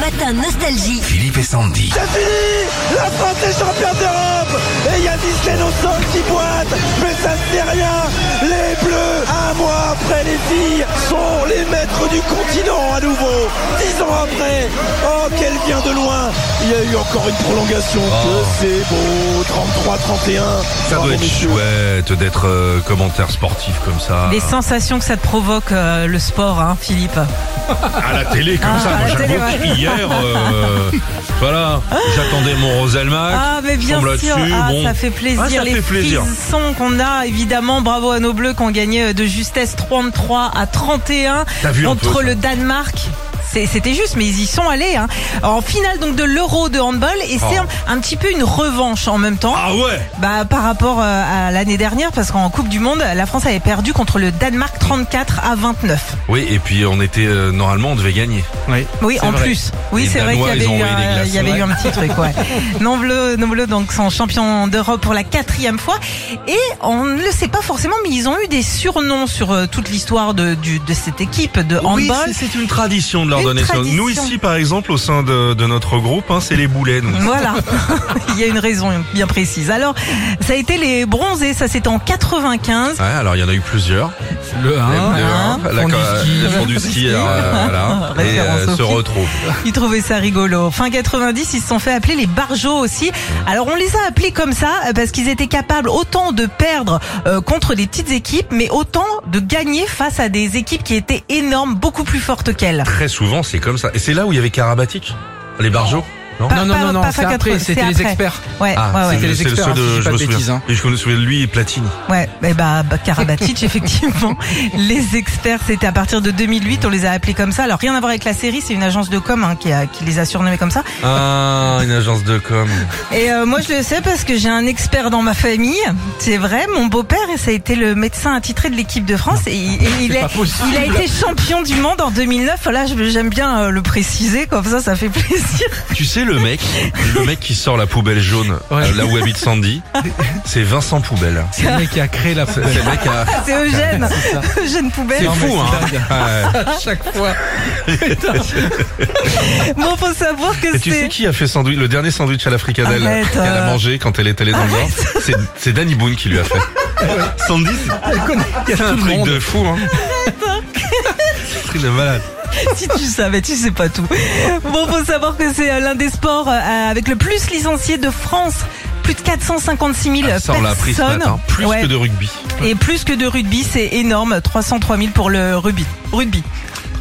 matin nostalgie. Philippe et Sandy. C'est fini La France est championne d'Europe Et il y a Disney au sol qui boite Mais ça ne fait rien Les Bleus, un mois après les filles, sont les maîtres du continent à nouveau Dix ans après Oh, qu'elle vient de loin Il y a eu encore une prolongation Que c'est beau 33-31 Oh. Ça Bravo, doit être messieurs. chouette d'être euh, commentaire sportif comme ça. Les sensations que ça te provoque, euh, le sport, hein, Philippe. Ah, À la télé comme Ah, ça. à Moi, la j'avoue télé, que ouais. hier, euh, voilà, j'attendais mon Roselmac. Ah, mais bien tombe là-dessus, sûr, ah, bon. ça fait plaisir. Ah, ça Les fait plaisir. frissons qu'on a, évidemment, bravo à nos bleus qui ont gagné euh, de justesse 33 à 31 T'as vu un peu, contre ça le Danemark. C'est- C'était juste, mais ils y sont allés. hein. En finale donc de l'Euro de handball, et c'est Oh. un, un petit peu une revanche en même temps. Ah ouais Bah, par rapport euh, à l'année dernière, parce qu'en Coupe du Monde, la France avait perdu contre le Danemark 34 à 29. Oui, et puis on était, euh, normalement, on devait gagner. Oui, C'est en vrai. plus. Oui, Les c'est vrai qu'il y Danois, avait, ils ont eu envoyé des un, glaçons. il y avait eu un petit truc. Ouais. non bleu, non bleu, donc sont champions d'Europe pour la quatrième fois. Et on ne le sait pas forcément, mais ils ont eu des surnoms sur euh, toute l'histoire de, du- de cette équipe de Oui, handball. c'est- c'est une tradition de leur Une donner ça. tradition. Nous ici, par exemple, au sein de, de notre groupe, hein, c'est les boulets. nous. voilà, il y a une raison bien précise. Alors, ça a été les bronzés, ça c'était en 95. Ouais, alors il y en a eu plusieurs. Le 1. Les- les- hein, la- fond du la- ski. la fond du ski, euh, voilà, et Référence euh, au se film. retrouvent. Ils trouvaient ça rigolo. Fin 90, ils se sont fait appeler les barjots aussi. Alors on les a appelés comme ça euh, parce qu'ils étaient capables autant de perdre euh, contre des petites équipes, mais autant de gagner face à des équipes qui étaient énormes, beaucoup plus fortes qu'elles. Très souvent, c'est comme ça. Et c'est là où il y avait Karabatic, les Barjots. Non Pas- Ah Non, non, non, non, pas c'est quatre- après, c'est c'était les après. experts. Ouais, ouais, ouais. c'était les c'est le seul experts, hein, si je dis je pas me de bêtises, souviens. hein. Et je me souviens de lui et Platini. Ouais, et bah, bah, Karabatic, effectivement. les experts, c'était à partir de 2008, on les a appelés comme ça. Alors, rien à voir avec la série, c'est une agence de com hein, qui, a- qui les a surnommés comme ça. Ah, une agence de com. Et euh, moi, je le sais parce que j'ai un expert dans ma famille. C'est vrai, mon beau-père, et ça a été le médecin attitré de l'équipe de France. Et, il- et il, pas est, possible. il a été champion du monde en 2009. Là, je- j'aime bien euh, le préciser, comme ça, ça fait plaisir. Tu sais le mec, le mec qui sort la poubelle jaune Ouais. euh, là où habite Sandy, c'est Vincent Poubelle. C'est le mec qui a créé la C'est le poubelle. mec à... C'est Eugène, Eugène C'est Poubelle. Non, mais fou, hein c'est dingue. Ouais. À chaque fois. Bon, faut savoir que hein. Et tu sais c'est... qui a fait sandwich, le dernier sandwich à l'africadelle Arrête, qu'elle a euh. mangé quand elle est allée dans le Nord C'est- C'est Danny Boone qui lui a fait. Sandy, c'est- Il y c'est a tout un le truc monde. de fou, hein C'est un truc de malade. Si tu savais, tu sais pas tout. Bon, faut savoir que c'est euh, l'un des sports euh, avec le plus licencié de France. Plus de 456 000 Ah, Ça, on personnes. l'a appris ce matin. Plus Ouais. que de rugby. Et plus que de rugby, c'est énorme. 303 000 pour le rugby. Rugby.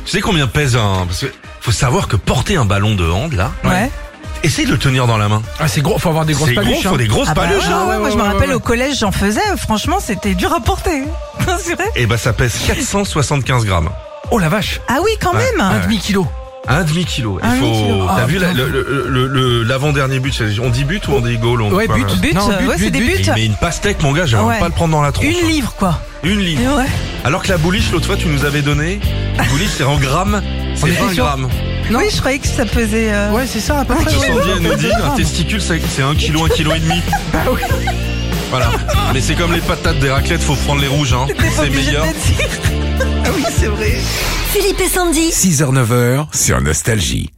Tu sais combien pèse un Parce que faut savoir que porter un ballon de hand là, Ouais. Oh, essaye de le tenir dans la main. Ah, c'est gros, faut avoir des grosses C'est gros, paluches. faut hein. des grosses Ah bah, paluches. ouais, ouais, moi je me ouais, rappelle ouais. au collège, j'en faisais. Franchement, c'était dur à porter. C'est vrai Et bah ça pèse 475 grammes, Oh la vache, Ah oui, quand même. un demi kilo. un demi kilo. Un Il faut. demi-kilo. T'as Ah, vu la- putain. le- le- le- le- l'avant-dernier but c'est- On dit but ou on dit goal on- Ouais, quoi, but. voilà. But, Non, but, ouais, but, c'est des but. buts. Mais une pastèque mon gars, j'aimerais Ouais. pas le prendre dans la tronche. hein. Une livre, quoi. Une livre. Et Ouais. Alors que la bouliche l'autre fois tu nous avais donné, la bouliche c'est en grammes, c'est est 20 sûr. grammes. Oui, je croyais que ça pesait. euh, Ouais, c'est ça, à peu près. ouais. Ah Sandy elle nous dit un testicule c'est c'est un kilo, un kilo et demi. Voilà. Mais c'est comme les patates des raclettes, faut prendre les rouges hein. t'es pas C'est obligé de meilleur. la dire. ah oui, c'est vrai. Philippe et Sandy. 6h-9h sur Nostalgie.